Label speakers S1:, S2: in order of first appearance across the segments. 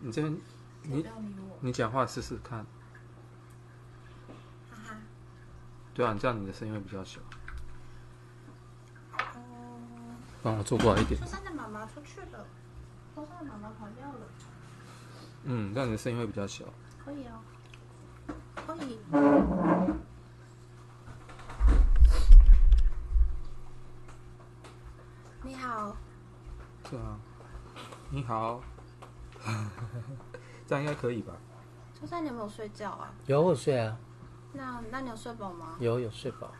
S1: 你这边
S2: 谁
S1: 你
S2: 不要理我，
S1: 你讲话试试看，
S2: 哈哈。
S1: 对啊，你这样你的声音会比较小。
S2: 哦，
S1: 帮我坐过来一点
S2: 秋，山的妈妈出去了，秋山的妈妈跑掉了，
S1: 嗯，让你的声音会比较小。
S2: 可以哦，可以。你好，
S1: 对啊，你好， 这样应该可以吧？
S2: 秋山，你有没有睡觉啊？
S3: 有我睡啊，
S2: 那那你有睡饱吗？
S3: 有有睡饱，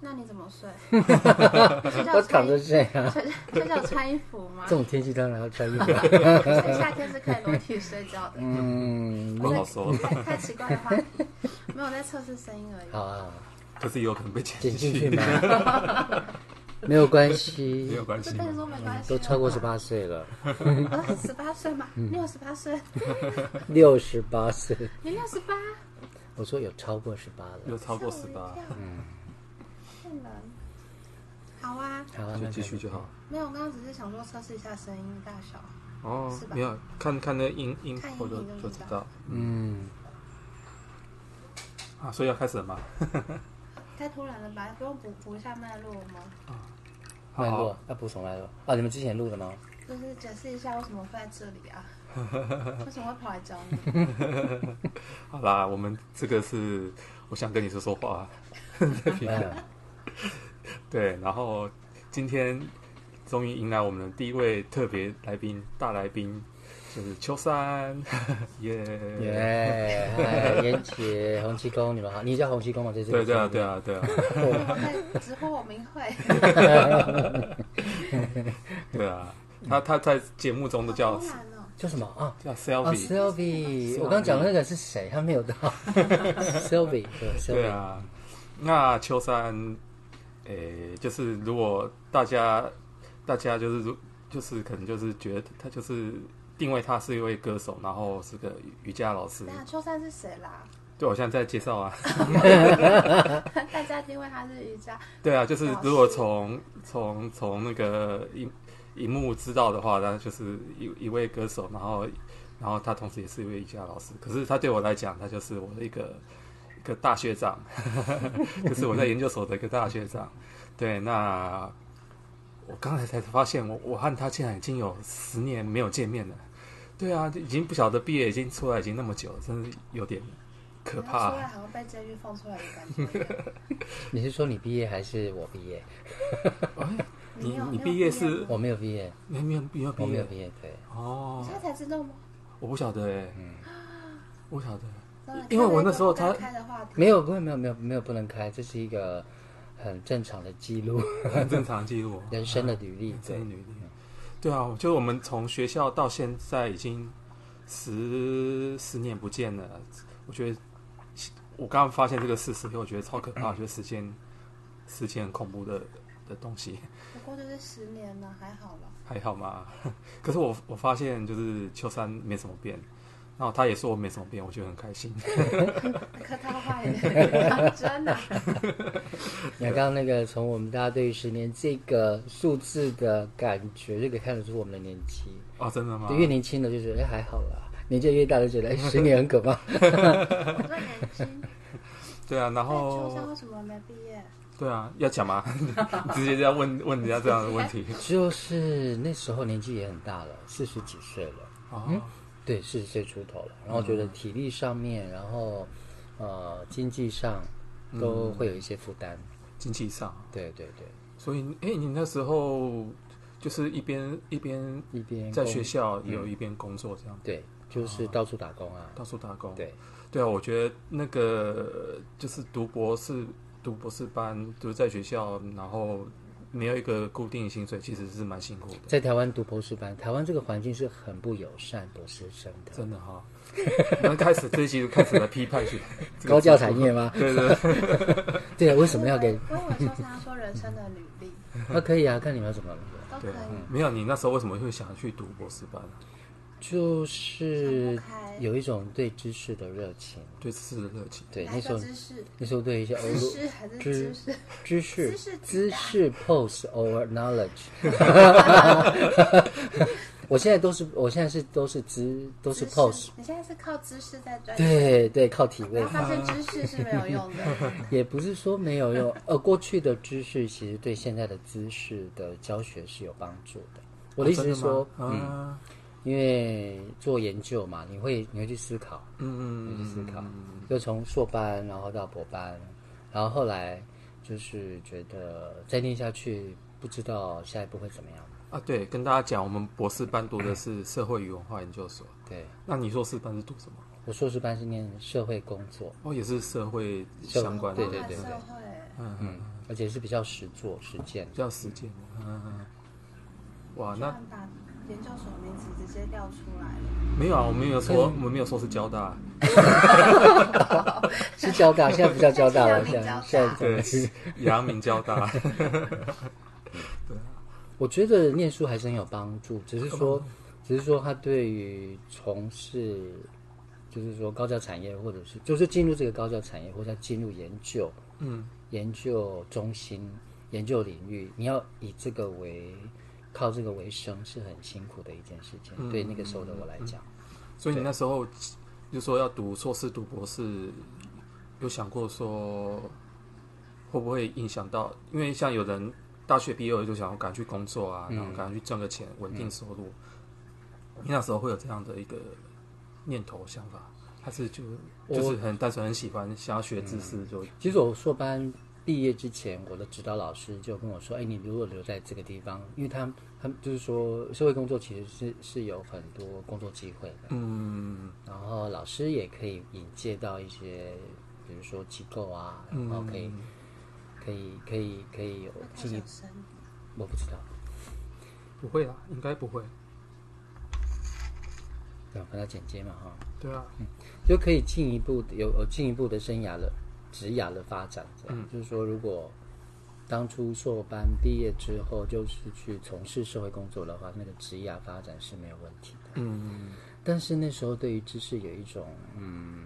S2: 那你怎么 睡？睡觉
S3: 我躺着睡啊。
S2: 睡睡觉穿衣服吗
S3: 这？种天气当然要穿衣服。
S2: 所以夏天是可以裸体睡觉的。
S3: 嗯，
S1: 不好说，
S2: 太太奇怪的话题，没有在测试声音而已。
S3: 好啊，
S1: 可是也有可能被剪
S3: 剪 进去
S1: 嘛，
S3: 嘛， 没有关
S1: 没
S3: 系
S1: 有，关
S2: 这
S1: 系
S2: 跟你
S1: 嘛。
S2: 说没关系。啊
S3: 都超过十，八岁了，
S2: 呃，十八岁吗？你有十八岁？
S3: 六十八岁。
S2: 你六十八？
S3: 我说有超过十八了，
S1: 又超过十八，
S2: 嗯，不能。好啊，
S3: 好啊，
S1: 就
S3: 那
S1: 继续就好。
S2: 没有，我刚刚只是想说测试一下声音大小。
S1: 哦
S2: 是，吧
S1: 没有，看看那音音
S2: 看音
S1: 我就
S2: 频
S1: 就
S2: 就
S1: 知
S2: 知
S1: 道
S2: 道
S3: 嗯，
S1: 啊，所以要开始了吗？
S2: 太突然了吧？不用补补一下脉络吗？
S3: 脉
S1: 好
S3: 络，要补什么脉络？啊，你们之前录的吗？
S2: 就是解释一下为什么会在这里啊？为什么会跑来找你？
S1: 好啦，我们这个是我想跟你说说 话，
S3: 嗯，
S1: 对，然后今天终于迎来我们的第一位特别来宾，大来宾就是秋山， 耶、
S3: 耶，哎嗨妍姐、洪七公，你们好，你叫洪七公吗？在这
S1: 对
S3: 里。
S1: 对啊，对啊，对啊，
S2: 我会直呼我名 讳，
S1: 对啊，他他在节目中都
S2: 好
S1: 叫
S2: 突然哦。
S3: 叫什么啊？
S1: 叫
S3: 啊
S1: Selby，、
S3: ，Sylvie，我刚讲的那个是谁？他没 有到 Sylvie，对
S1: 对
S3: ，Sylvie，
S1: 啊，那秋山，诶、就是如果大家大家就是如就是可能就是觉得他就是定位他是一位歌手，然后是个瑜伽老师
S2: 等。下秋山是谁啦？
S1: 对，我现在在介绍啊。
S2: 大家因为他是瑜伽，
S1: 对啊，就是
S2: 老师
S1: 如果从从从那个荧荧幕知道的话，那就是一一位歌手，然后然后他同时也是一位瑜伽老师。可是他对我来讲，他就是我的一个一个大学长， 就是我在研究所的一个大学长。对，那我刚才才发现我，我和他竟然已经有十年没有见面了。对啊，已经不晓得毕业已经出来已经那么久了，真是有点可
S2: 然后
S1: 怕
S2: 出。来好像被监狱放出来的感觉。
S3: 你是说你毕业还是我毕业？
S1: 你
S2: 有
S1: 你
S2: 有
S1: 毕业是
S2: 吗
S3: 我没有毕业，
S1: 哎你还没有没有毕
S3: 我没有
S1: 业
S3: 毕业，对，
S1: 哦
S2: 你现在才知道吗？
S1: 我不晓得哎、
S3: 嗯
S1: 我晓得，
S2: 真的
S1: 因为我那时候他
S2: 开了一个不该开的话题，
S3: 没有，不会，没有，没有，没有，不能开，这是一个很正常的记录，。
S1: 很正常记录哦
S3: 人生的履历，
S1: 这
S3: 对
S1: 一，女的，对啊，就是我们从学校到现在已经十十年不见了。我觉得我刚刚发现这个事实以后，我觉得超可怕，我觉得时间时间很恐怖的的东西，
S2: 不过就是十年了，还好了。
S1: 还好吗？ 可是我我发现就是秋山没什么变，然后他也说我没什么变，我觉得很开心。
S2: 客套话 也真 的，
S3: 那刚刚那个从我们大家对于十年这个数字的感觉，就可以看得出我们的年纪。
S1: 哦，真的吗
S3: 对，？越年轻的就觉得哎还好啦，年纪越大就觉得哎十年很可怕。
S2: 我说年轻。
S1: 对啊，然
S2: 那秋
S1: 后
S2: 山为什么没毕业？
S1: 对啊，要讲吗？ 你直接要问问人家这样的问 题。
S3: 就是那时候年纪也很大了，四十几岁了，
S1: 哦，
S3: 对，四十岁出头了，然后觉得体力上面，然后呃经济上都会有一些负担。
S1: 经济上，
S3: 对对对，
S1: 所以哎、诶你那时候就是一边一边
S3: 一边
S1: 在
S3: 工
S1: 学校，也有
S3: 嗯
S1: 一边工作，这样、
S3: 对，就是到处打工啊。
S1: 到处打工。
S3: 对，
S1: 对啊，我觉得那个就是读博士，读博士班，就是在学校，然后没有一个固定薪水，其实是蛮辛苦的，
S3: 在台湾读博士班，台湾这个环境是很不友善博士生的，
S1: 真的哈、然后开始这一集就开始来批判去，这个
S3: 高教产业吗？
S1: 对对 对，
S3: 对，为什么要给？
S2: 我以为我以为秋山要说人生的履历
S3: 啊，可以啊，看你们要怎么。
S2: 都可
S1: 对啊
S2: 以。
S3: 嗯
S1: 没有你那时候为什么会想去读博士班啊？
S3: 就是
S2: 想不开
S3: 有一种对知识的热情。
S1: 对知识的热情，
S3: 对，
S2: 哪
S3: 那
S2: 一
S3: 时候
S2: 个姿势？
S3: 那时候对一些欧
S2: 姿
S3: 陆
S2: 势还是
S3: 知
S2: 姿势？
S3: 知识
S2: 知识
S3: 知识 pose over knowledge，我现在都是，我现在是都是姿，都是
S2: 姿势
S3: pose，
S2: 你现在是靠姿势在赚钱，
S3: 对对，靠体位
S2: 然后。发现知识是没有用的。
S3: 也不是说没有用，呃，过去的知识其实对现在的姿势的教学是有帮助的。我的意思
S1: 啊
S3: 是说，嗯，
S1: 嗯
S3: 因为做研究嘛，你会你会去思考，
S1: 嗯嗯，
S3: 去思考，就从硕班然后到博班，然后后来就是觉得再念下去，不知道下一步会怎么样。
S1: 啊，对，跟大家讲，我们博士班读的是社会与文化研究所，
S3: 对
S1: 那你硕士班是读什么？
S3: 我硕士班是念社会工作，
S1: 哦，也是社会相关的，
S3: 对对对
S2: 社
S3: 对
S2: 会，
S3: 嗯，而且是比较实做实践
S1: 比。较实践。嗯，嗯哇，
S2: 突
S1: 那
S2: 然把研究所名字直接调出来了，
S1: 没有啊，我们没有
S3: 嗯
S1: 说，我们没有说是交大，啊
S3: 是交大，现在不叫交大了，
S2: 现在
S3: 现
S2: 是
S3: 在
S2: 阳明
S3: 现在
S1: 对， 阳明交大。
S3: 我觉得念书还是很有帮助，只是
S1: 哦
S3: 说，只是说他对于从事，就是说高教产业，或者是就是进入这个高教产业，或者进入研究
S1: 嗯，
S3: 研究中心、研究领域，你要以这个为靠这个为生，是很辛苦的一件事情。对那个时候的我来讲，
S1: 所以你那时候就说要读硕士、读博士，有想过说会不会影响到？因为像有人大学毕业了就想要赶去工作啊，然后赶快去赚个钱，稳定收入。你那时候会有这样的一个念头想法，还是就就是很单纯很喜欢想要学知识就
S3: 其实我硕班毕业之前，我的指导老师就跟我说：“哎，你如果留在这个地方，因为他他们就是说社会工作其实是是有很多工作机会的。”
S1: 嗯
S3: 然后老师也可以引介到一些，比如说机构啊，
S1: 嗯
S3: 然后可以、可以可以可以有
S2: 会太
S3: 进
S2: 小
S3: 一步，
S2: 声。
S3: 我不知道，
S1: 不会啦，啊应该不会。
S3: 对，把它简介嘛哈，
S1: 对啊，
S3: 就可以进一步地有有进一步的生涯了，职涯的发展，这样、就是说，如果当初硕班毕业之后就是去从事社会工作的话，那个职涯发展是没有问题的。
S1: 嗯
S3: 但是那时候对于知识有一种嗯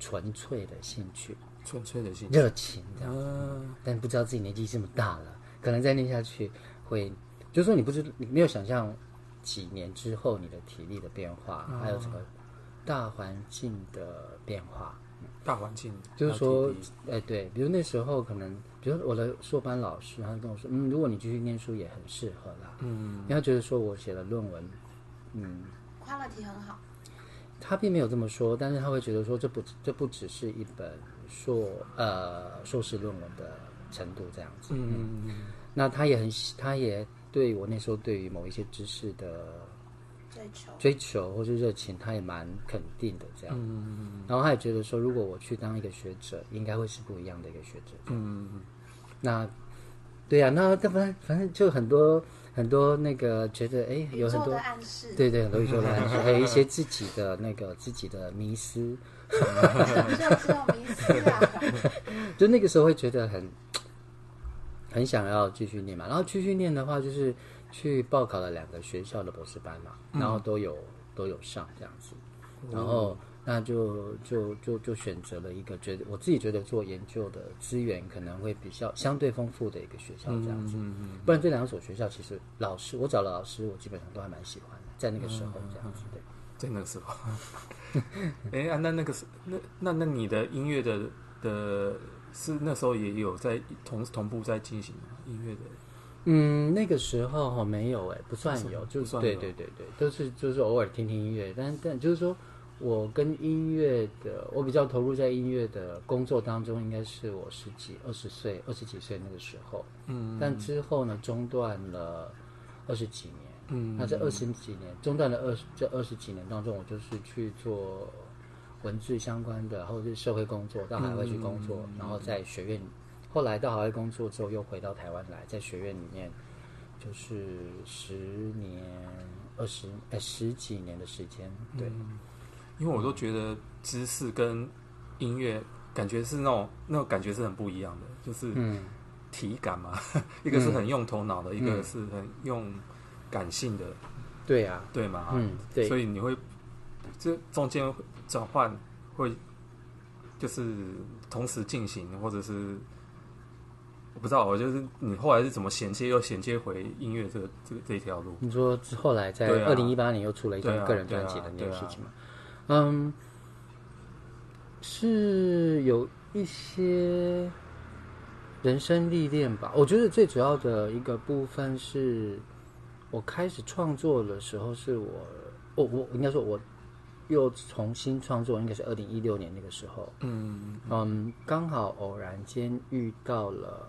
S3: 纯粹的兴趣、
S1: 纯粹的兴趣。
S3: 热情这样。
S1: 嗯
S3: 但不知道自己年纪这么大了，可能再念下去会，就是说你不知你没有想象几年之后你的体力的变化，还有什么大环境的变化，
S1: 大环境
S3: 就是说
S1: LTD，
S3: 哎对，比如那时候可能，比如我的硕班老师，他就跟我说，嗯，如果你继续念书也很适合啦，
S1: 嗯，
S3: 因为他觉得说我写的论文，嗯，
S2: quality 很好，
S3: 他并没有这么说，但是他会觉得说这不这不只是一本硕呃硕士论文的程度这样子，
S1: 嗯
S3: 那他也很喜，他也对我那时候对于某一些知识的
S2: 追求
S3: 追求或是热情，他也蛮肯定的这样。
S1: 嗯
S3: 然后他也觉得说，如果我去当一个学者，应该会是不一样的一个学者。
S1: 嗯，
S3: 那对呀、那但反正反正就很多很多那个觉得哎，
S2: 宇
S3: 有很
S2: 宙
S3: 多
S2: 的暗示，
S3: 对对很多宇宙的暗示，还有一些自己的那个自己的迷思，
S2: 宇宙只有迷思啊。
S3: 就那个时候会觉得很很想要继续念嘛，然后继续念的话，就是去报考了两个学校的博士班嘛，然后都有、都有上这样子，然后那就就就就选择了一个觉得我自己觉得做研究的资源可能会比较相对丰富的一个学校这样子，不然这两所学校其实老师我找了老师，我基本上都还蛮喜欢的，在那个时候这样子对。
S1: 在那个时 候。哎、啊，那那个是那那那你的音乐的的是那时候也有在同同步在进行吗音乐的，
S3: 嗯，那个时候哈没有哎、不算有，就
S1: 不算有
S3: 对对对对，都是就是偶尔听听音乐，但但就是说我跟音乐的，我比较投入在音乐的工作当中，应该是我十几、二十岁、二十几岁那个时候，
S1: 嗯
S3: 但之后呢中断了二十几年，
S1: 嗯
S3: 那这二十几年中断了二十这二十几年当中，我就是去做文字相关的，或者是社会工作，到海外去工作，
S1: 嗯
S3: 然后在学院，后来到海外工作之后又回到台湾来，在学院里面就是十年、二十呃十几年的时间，对，
S1: 因为我都觉得知识跟音乐感觉是那种那种感觉是很不一样的，就是
S3: 嗯
S1: 体感嘛， 一个是很用头脑的，一个是很用感性的，
S3: 对啊，
S1: 对吗？
S3: 嗯对
S1: 所以你会这中间会转换会就是同时进行，或者是我不知道，我就是你后来是怎么衔接又衔接回音乐这个这个这一条路？
S3: 你说之后来在
S1: 对啊
S3: 二零一八年又出了一
S1: 对
S3: 张
S1: 啊
S3: 个人专辑的那
S1: 对啊对
S3: 个
S1: 啊
S3: 事情嘛？嗯，是有一些人生历练吧。我觉得最主要的一个部分是，我开始创作的时候是我，我我应该说我又重新创作，应该是二零一六年那个时候。
S1: 嗯
S3: 嗯，刚好偶然间遇到了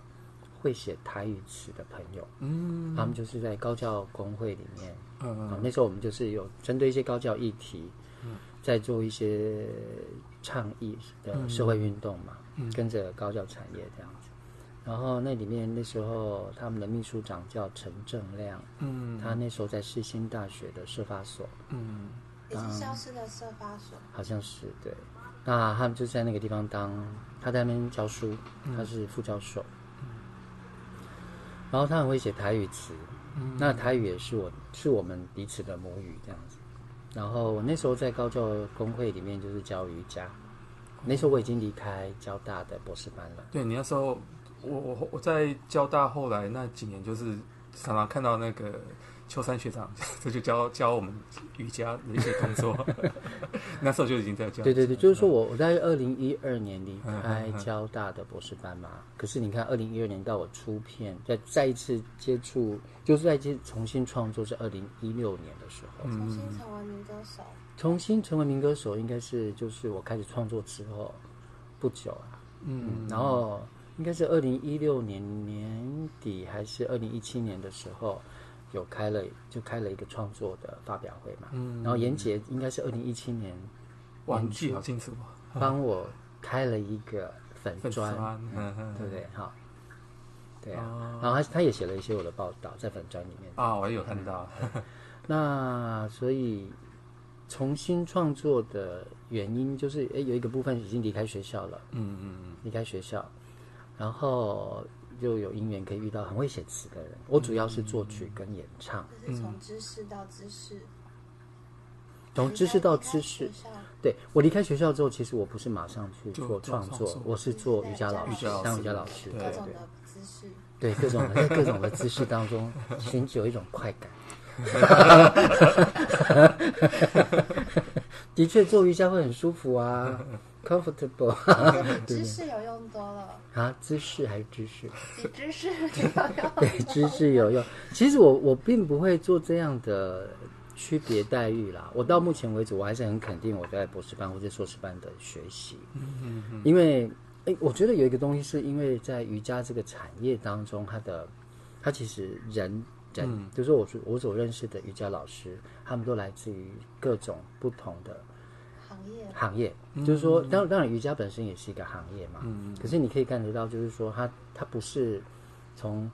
S3: 会写台语词的朋友，
S1: 嗯
S3: 他们就是在高教工会里面，
S1: 嗯
S3: 啊，那时候我们就是有针对一些高教议题，在做一些倡议的社会运动嘛，跟着高教产业这样子。然后那里面那时候他们的秘书长叫陈正亮，
S1: 嗯
S3: 他那时候在世新大学的社发所，
S1: 嗯
S2: 已经消失的社发所，
S3: 好像是对。那他们就在那个地方当，他在那边教书，他是副教授。然后他很会写台语词，那台语也是我是我们彼此的母语这样子。然后我那时候在高教工会里面就是教瑜伽，那时候我已经离开交大的博士班了。
S1: 对你那时候，我我我在交大后来那几年，就是常常看到那个秋山学长，这就教教我们瑜伽的一些工作。那时候就已经在教。
S3: 对对对，
S1: 嗯
S3: 就是说我我在二零一二年离开交大的博士班嘛，可是你看二零一二年到我出片，再再一次接触，就是再次重新创作是二零一六年的时候，
S2: 重新成为民歌手，
S3: 重新成为民歌手应该是就是我开始创作之后不久啊，
S1: 嗯，
S3: 然后应该是二零一六年年底还是二零一七年的时候，有开了就开了一个创作的发表会嘛，
S1: 嗯
S3: 然后严杰应该是二零一七年
S1: 哇，你记得好清楚啊，
S3: 帮我开了一个粉
S1: 粉
S3: 砖
S1: 砖，，嗯嗯
S3: 对不对？哈，对啊，
S1: 哦
S3: 然后他他也写了一些我的报道在粉砖里面。
S1: 啊，我也有看到。
S3: 那所以重新创作的原因就是，诶，有一个部分已经离开学校了，
S1: 嗯嗯
S3: 离开学校，然后就有因缘可以遇到很会写词的人。我主要是作曲跟演唱，
S2: 就是从知识到知识，
S3: 从知识到知识
S2: 你在。学校
S3: 对我离开学校之后，其实我不是马上去
S1: 就做
S3: 做创
S1: 创
S3: 作
S1: 作，
S3: 我是做瑜伽老
S2: 瑜
S3: 师
S2: 伽老，师
S3: 当瑜伽老师，
S1: 对
S2: 各
S3: 对
S2: 种
S3: 对。
S2: 的知识，
S3: 对各种在各种的姿势当中寻求一种快感。的确，做瑜伽会很舒服啊，comfortable
S2: 可是比知识有用多了，
S3: 啊，姿势还是姿势，
S2: 比知 识有用。
S3: 对，姿势有用。其实我我并不会做这样的区别待遇啦。我到目前为止，我还是很肯定我在博士班或者硕士班的学习，因为诶，我觉得有一个东西是因为在瑜伽这个产业当中，它的它其实人人，就是我所我所认识的瑜伽老师，他们都来自于各种不同的
S2: 行业
S3: 行业，就是说，当当然瑜伽本身也是一个行业嘛，可是你可以感觉到，就是说它它不是从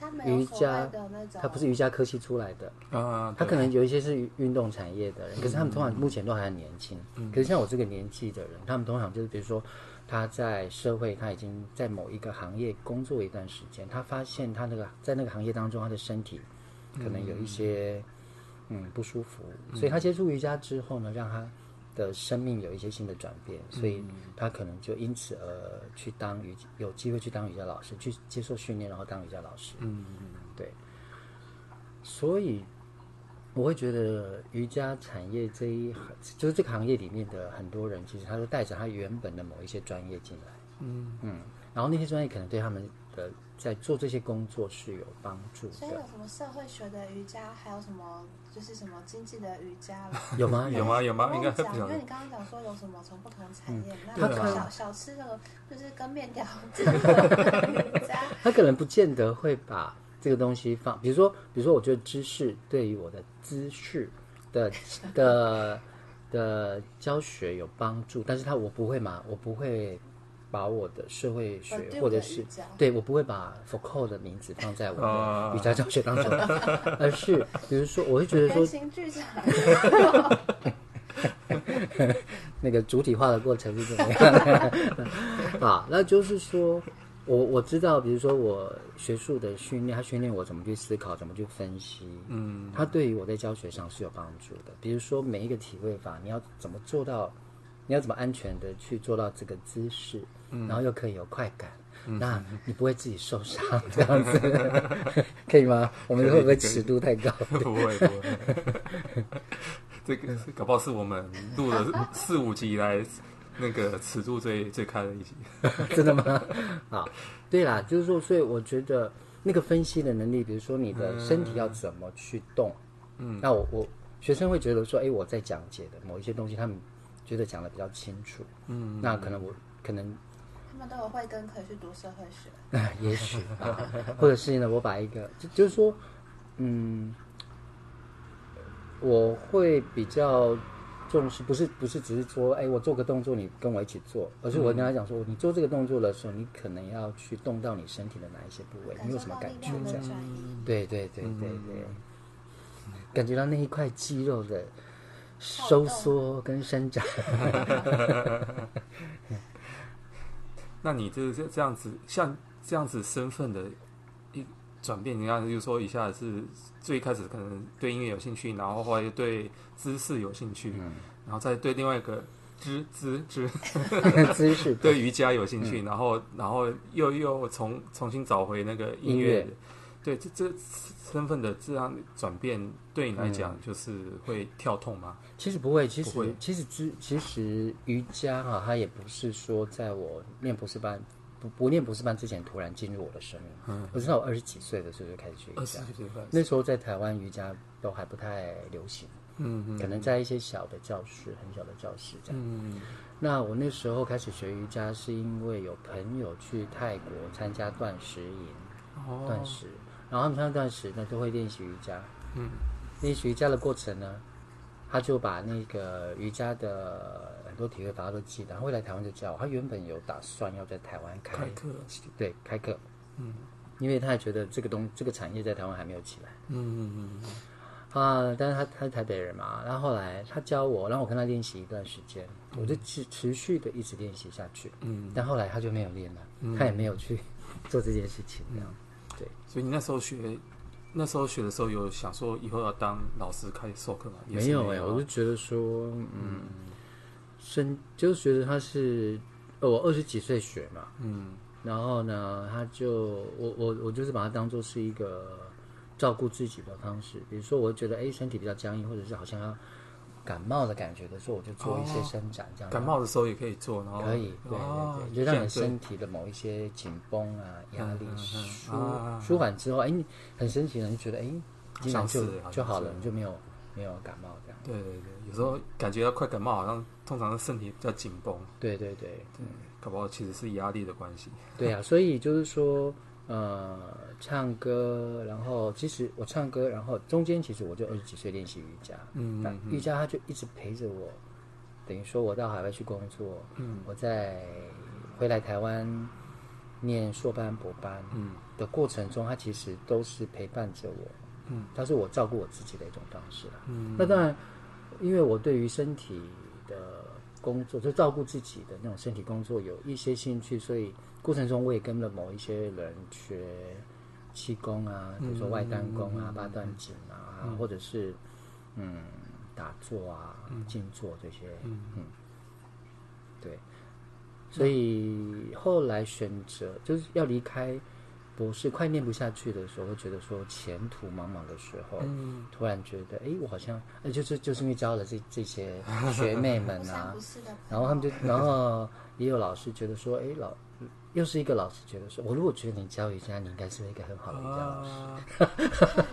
S2: 它没有
S3: 瑜
S2: 所谓
S3: 伽
S2: 的那种，
S3: 它不是瑜伽科系出来的，
S1: 嗯啊，
S3: 他
S1: 对
S3: 可能有一些是运动产业的人，可是他们通常目前都还很年轻。可是像我这个年纪的人，他们通常就是比如说他在社会，他已经在某一个行业工作一段时间，他发现他那个在那个行业当中，他的身体可能有一些嗯不舒服，所以他接触瑜伽之后呢，让他的生命有一些新的转变，所以他可能就因此而去当瑜有机会去当瑜伽老师，去接受训练，然后当瑜伽老师。
S1: 嗯
S3: 对，所以我会觉得瑜伽产业这一行，就是这个行业里面的很多人，其实他都带着他原本的某一些专业进来，
S1: 嗯
S3: 嗯，然后那些专业可能对他们的在做这些工作是有帮助
S2: 所以
S3: 的
S2: 有，什么社会学的瑜伽，还有什么就是什么经济的瑜伽了？
S3: 有 吗？
S1: 有啊吗？有吗？
S2: 我
S1: 应
S2: 忘
S1: 该
S2: 了
S1: 不
S2: 讲，
S1: 晓
S2: 因为
S1: 得
S2: 你。刚刚讲说有什
S3: 嗯
S2: 么从不同产业，那
S3: 他
S2: 我
S3: 看
S2: 小小吃那个就是跟面 条 这个瑜伽，
S3: 他可能不见得会把这个东西放，比如说，比如说，我觉得知识对于我的知识的的的教学有帮助，但是他我不会嘛，我不会把我的社会学
S2: 呃对
S3: 或
S2: 我
S3: 者
S2: 的
S3: 是
S2: 瑜伽
S3: 对我不会把 Foucault 的名字放在我
S1: 啊
S3: 的瑜伽教学当中，而是比如说，我会觉得
S2: 人
S3: 说
S2: 形剧场，
S3: 那个主体化的过程是怎么样的 啊？那就是说，我我知道，比如说我学术的训练，它训练我怎么去思考，怎么去分析，
S1: 嗯，
S3: 它对于我在教学上是有帮助的。比如说每一个体位法，你要怎么嗯做到，你要怎么安全的去做到这个姿势，然后又可以有快感，那你不会自己受伤这样子， 可以吗？我们会不会尺度太高？
S1: 不会不会， 这个是搞不好是我们录了四五集以来那个尺度最最开的一集。
S3: 真的吗？好，啊对啦，就是说，所以我觉得那个分析的能力，比如说你的身体要怎么去动，嗯，那我我学生会觉得说，哎，我在讲解的某一些东西，他们觉得讲的比较清楚，嗯，那可能我可能
S2: 他们都有慧根可以去读社会学，
S3: 啊， 也许吧，或者是呢，我把一个就就是说，嗯，我会比较重视，不是不是只是说，哎，我做个动作，你跟我一起做，而是我跟他讲说，你做这个动作的时候，你可能要去动到你身体的哪一些部位，你有什么感
S2: 感
S3: 觉
S2: 受到力量
S3: 这样？
S2: 的转移，
S3: 对对对对对，感觉到那一块肌肉的收缩跟伸展。
S1: 那你这这这样子，像这样子身份的一转变，你看，就是说一下是最开始可能对音乐有兴趣，然后后来又对知识有兴趣，然后再对另外一个知知知
S3: 姿势
S1: 对瑜伽有兴趣，然后然后又又重重新找回那个音乐
S3: 音乐，
S1: 对这这身份的这样转变，对你来讲就是会跳痛吗？
S3: 其实不会，其
S1: 不会
S3: 实其实之其实瑜伽哈、它也不是说在我念博士班不不念博士班之前突然进入我的生命。我知道我二十几岁的时候就开始学
S1: 嗯二
S3: 瑜
S1: 十
S3: 伽，
S1: 岁半，
S3: 那时候在台湾瑜伽都还不太流行，
S1: 嗯嗯
S3: 可能在一些小的教室、很小的教室这样。
S1: 嗯
S3: 那我那时候开始学瑜伽，是因为有朋友去泰国参加断食营，
S1: 哦
S3: 断食，然后他们上断食呢，都会练习瑜伽。嗯，练习瑜伽的过程呢，他就把那个瑜伽的很多体会法他都记得。然后来台湾就教我，他原本有打算要在台湾开
S1: 开课，
S3: 对开课，嗯，因为他也觉得这个东这个产业在台湾还没有起来。
S1: 嗯嗯
S3: 啊，但是他他是台北人嘛，然后后来他教我，然后我跟他练习一段时间，我就持持续的一直练习下去，
S1: 嗯，
S3: 但后来他就没有练了，他也没有去 做这件事情，这样，对，
S1: 所以你那时候学，那时候学的时候有想说以后要当老师开授课吗？啊也是
S3: 没有
S1: 没
S3: 哎、
S1: 有
S3: 我就觉得说，嗯，身就是觉得他是，呃我二十几岁学嘛，
S1: 嗯
S3: 然后呢，他就我我我就是把它当做是一个照顾自己的方式，比如说我觉得哎身体比较僵硬，或者是好像要感冒的感觉的时候，我就做一些伸展这样。
S1: 哦感冒的时候也可以做，然后
S3: 可以，对
S1: 哦
S3: 对对，就让你
S1: 这样
S3: 身体的某一些紧绷啊、压力
S1: 嗯嗯
S3: 舒
S1: 啊
S3: 舒缓之后，哎，你很神奇的，你就觉得哎，
S1: 好
S3: 竟
S1: 像
S3: 然
S1: 是
S3: 就
S1: 好像
S3: 就好
S1: 是
S3: 了，你就没有没有感冒这样。
S1: 对对对对，有时候感觉到快感冒，好像通常是身体比较紧绷，
S3: 对对对，
S1: 搞不好其实是压力的关系。
S3: 对啊，所以就是说，呃，唱歌，然后其实我唱歌，然后中间其实我就二十几岁练习瑜伽，
S1: 嗯
S3: 那瑜伽它就一直陪着我，等于说我到海外去工作，嗯，我在回来台湾念硕班、博班，嗯，的过程中，它其实都是陪伴着我，嗯，它是我照顾我自己的一种方式啦，嗯，那当然，因为我对于身体的工作，就照顾自己的那种身体工作有一些兴趣，所以过程中我也跟了某一些人学气功啊，比如说外丹功啊、八段锦啊，或者是嗯打坐啊、静坐这些，嗯对，所以后来选择就是要离开博士，快念不下去的时候，会觉得说前途茫茫的时
S1: 嗯
S3: 候，突然觉得，哎，我好像，哎，就是就是因为交了这这些学妹们
S2: 不 三
S3: 啊
S2: 不，四的
S3: 然后他们就，然后也有老师觉得说，哎，老，又是一个老师觉得说，我如果觉得你教瑜伽，你应该是一个很好的瑜伽
S2: 哦
S3: 老师。
S1: 啊，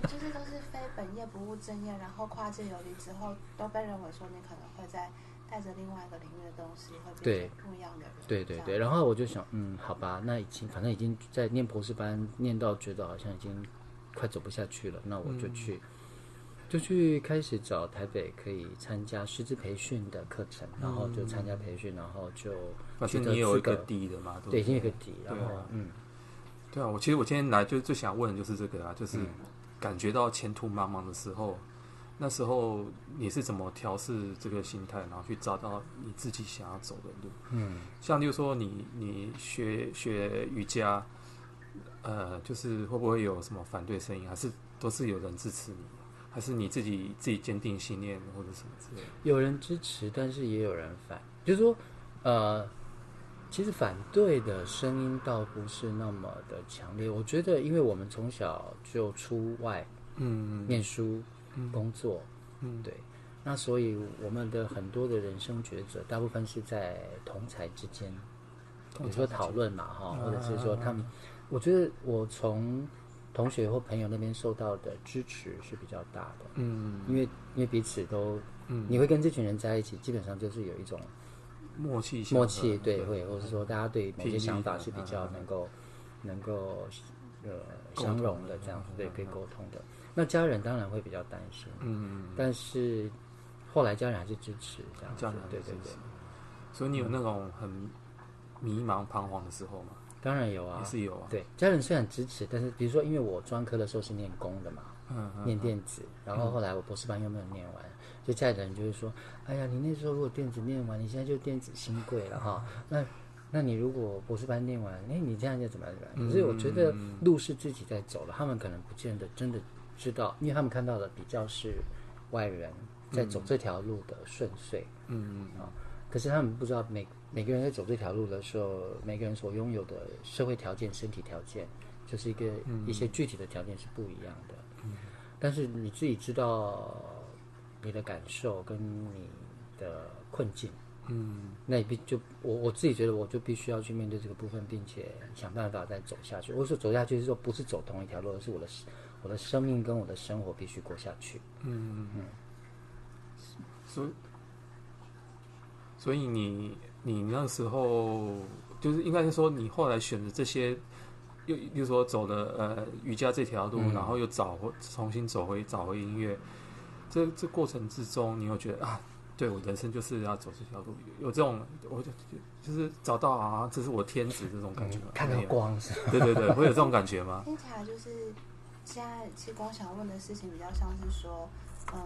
S2: 就是都是非本业不务正业，然后跨界游离之后，都被认为说你可能会在带着另外一个领域的东西，会变成不一样的人。
S3: 对对
S2: 这
S3: 对，
S2: 样
S3: 然后我就想，嗯，好吧，那已经反正已经在念博士班，念到觉得好像已经快走不下去了，那我就去，
S2: 嗯
S3: 就去开始找台北可以参加师资培训的课程，然后就参加培训，然后就
S2: 嗯
S1: 反
S3: 取
S1: 正
S3: 得
S1: 你有
S3: 资
S1: 一个
S3: 格，
S1: 低的嘛，对不
S3: 对，
S1: 对
S3: 已经有个底，然后
S1: 对啊
S3: 嗯，
S1: 对啊，我其实我今天来就是最想问的就是这个啊，
S3: 嗯
S1: 就是感觉到前途茫茫的时候，那时候你是怎么调试这个心态，然后去找到你自己想要走的路？嗯，像例如说你你学学瑜伽，呃，就是会不会有什么反对声音，还是都是有人支持你，还是你自己自己坚定信念或者什么之类的？
S3: 有人支持，但是也有人反，就是说，呃，其实反对的声音倒不是那么的强烈。我觉得，因为我们从小就出外
S1: 嗯
S3: 念书、
S1: 嗯
S3: 工作，
S1: 嗯
S3: 对，那所以我们的很多的人生抉择，大部分是在同才之间，比如说讨论嘛，哈，或者是
S1: 嗯
S3: 说他们，我觉得我从同学或朋友那边受到的支持是比较大的，
S1: 嗯
S3: 因为因为彼此都，
S1: 嗯
S3: 你会跟这群人在一起，基本上就是有一种
S1: 默契性的
S3: 默契，对，会，或者是说大家对某
S1: 频率
S3: 些想法
S1: 的
S3: 是比
S1: 嗯
S3: 较
S1: 嗯
S3: 能够能够呃
S1: 沟
S3: 相
S1: 通
S3: 容的这样子，对，可以沟通的。那家人当然会比较担心，
S1: 嗯，
S3: 但是后来家人还是支持这样
S1: 这
S3: 子
S1: 样，
S3: 对对对，
S1: 所以你有那种很迷茫彷徨的时候吗？
S3: 当然有啊
S1: 也，是有啊，
S3: 对，家人虽然支持，但是比如说因为我专科的时候是念工的嘛，
S1: 嗯嗯
S3: 念电子，然后后来我博士班又没有念完，就家里的人就会说，哎呀，你那时候如果电子念完，你现在就电子新贵了哈，那。那你如果博士班念完，哎，你这样就怎么样怎么样？可是我觉
S1: 嗯
S3: 得路是自己在走了，他们可能不见得真的知道，因为他们看到的比较是外人在走这条路的顺遂，
S1: 嗯
S3: 可是他们不知道每每个人在走这条路的时候，每个人所拥有的社会条件、身体条件，就是一个、
S1: 嗯
S3: 一些具体的条件是不一样的。但是你自己知道你的感受跟你的困境，
S1: 嗯
S3: 那你必就我我自己觉得我就必须要去面对这个部分，并且想办法再走下去。我说走下去是说不是走同一条路，而是我的我的生命跟我的生活必须过下去。
S1: 嗯嗯，所以所以你你那时候就是应该是说你后来选择这些。又，比如说走了呃瑜伽这条路，
S3: 嗯
S1: 然后又找回重新走回找回音乐，这这过程之中，你有觉得啊，对我人生就是要走这条路，有这种我就就是找到啊，这是我天职这种感觉吗？
S3: 嗯看到
S1: 嗯没有
S3: 光是吧
S1: 对对对，会有这种感觉吗？
S2: 听起来就是现在其实光想问的事情比较像是说，嗯，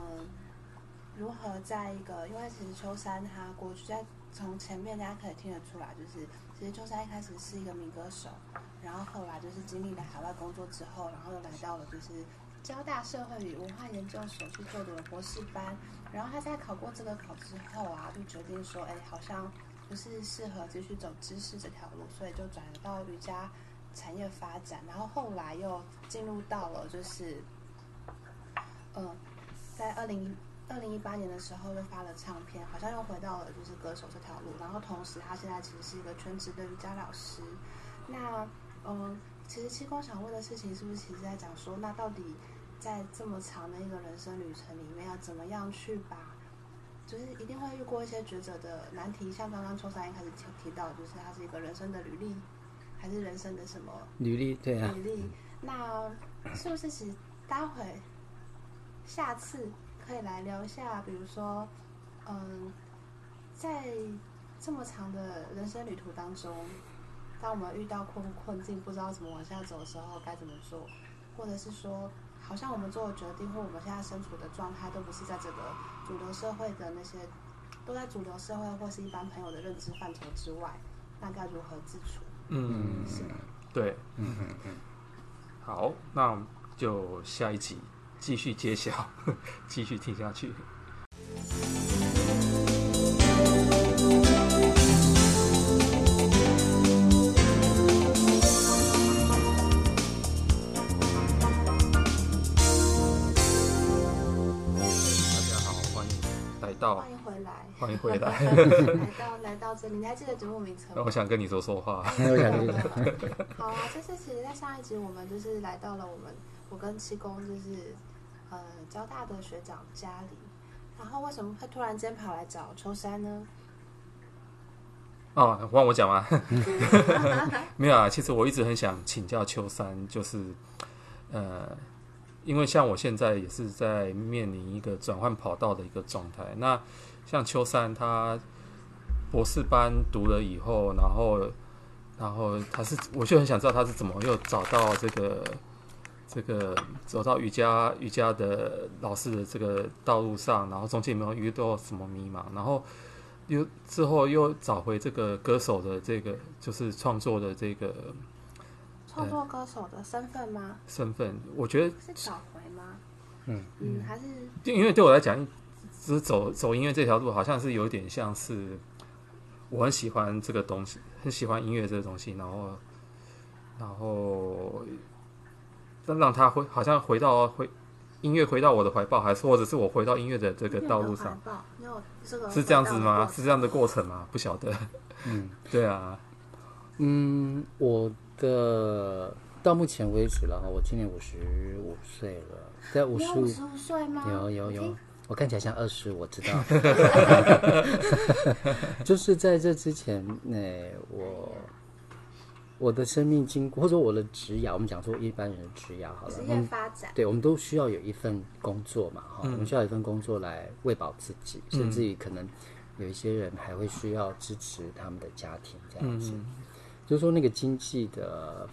S2: 如何在一个，因为其实秋山他过去在从前面大家可以听得出来，就是其实秋山一开始是一个民歌手，然后后来就是经历了海外工作之后，然后又来到了就是。交大社会与文化研究所去就读了博士班，然后他在考过这个考之后啊，就决定说，哎，好像不是适合继续走知识这条路，所以就转到瑜伽产业发展，然后后来又进入到了就是，呃，在二零二零一八年的时候又发了唱片，好像又回到了就是歌手这条路，然后同时他现在其实是一个全职的瑜伽老师。那嗯，其实七公想问的事情是不是其实在讲说，那到底在这么长的一个人生旅程里面，要怎么样去把就是一定会遇过一些抉择的难题，像刚刚秋山一开始提提到，就是它是一个人生的履历，还是人生的什么
S3: 履历对啊，
S2: 比例。那是不是其实待会下次可以来聊一下，比如说，嗯，在这么长的人生旅途当中，当我们遇到困困境，不知道怎么往下走的时候，该怎么做，或者是说。好像我们做的决定或我们现在身处的状态，都不是在这个主流社会的那些，都在主流社会或是一般朋友的认知范畴之外，那该如何自处？
S1: 嗯，
S2: 是吗？
S1: 对，嗯嗯嗯。好，那我们就下一集继续揭晓， 继续听下去。大家好，欢迎来到，
S2: 欢迎回来。
S1: 欢迎回来。
S2: 来到来到这里，你还记得节目名称
S1: 那 我
S2: 吗？
S1: 想跟你说说话。
S3: 我想就是
S2: 好啊，这次其实，在上一集我们就是来到了我们我跟七公就是呃交大的学长家里，然后为什么会突然间跑来找秋山呢？
S1: 哦，换我讲吗？ 没有啊，其实我一直很想请教秋山，就是呃，因为像我现在也是在面临一个转换跑道的一个状态。那像秋山他博士班读了以后，然后然后他是，我就很想知道他是怎么又找到这个这个走到瑜伽瑜伽的老师的这个道路上，然后中间有没有遇到什么迷茫，然后。又之后又找回这个歌手的这个就是创作的这个
S2: 创作歌手的身份吗？
S1: 身份，我觉得
S2: 是找回吗？
S3: 嗯
S2: 嗯，还是
S1: 就因为对我来讲，只走走音乐这条路好像是有点像是我很喜欢这个东西，很喜欢音乐这个东西，然后，然后让让它回，好像回到回音乐回到我的怀抱，还是或者是我回到音乐的这个道
S2: 嗯
S1: 路上，，
S2: 没有这个
S1: 是这样子吗？
S2: 环
S1: 是这样的过程吗？不晓得。嗯，对啊，
S3: 嗯，我的到目前为止了哈，我今年五十五岁了，在
S2: 保
S3: 五
S2: 你
S3: 十
S2: 有
S3: 五
S2: 五十五岁吗？
S3: 有有
S2: 我
S3: 有
S2: 听，，
S3: 我看起来像二十，我知道。就是在这之前，那、我我的生命经过，或者我的职涯，我们讲说一般人的职涯好了，
S2: 职
S3: 我
S2: 业
S3: 们
S2: 发展，
S3: 对，我们都需要有一份工作嘛，哈、我们需要有一份工作来喂饱自己，甚至于可能有一些人还会需要支持他们的家庭这样子，就是说那个经济的呃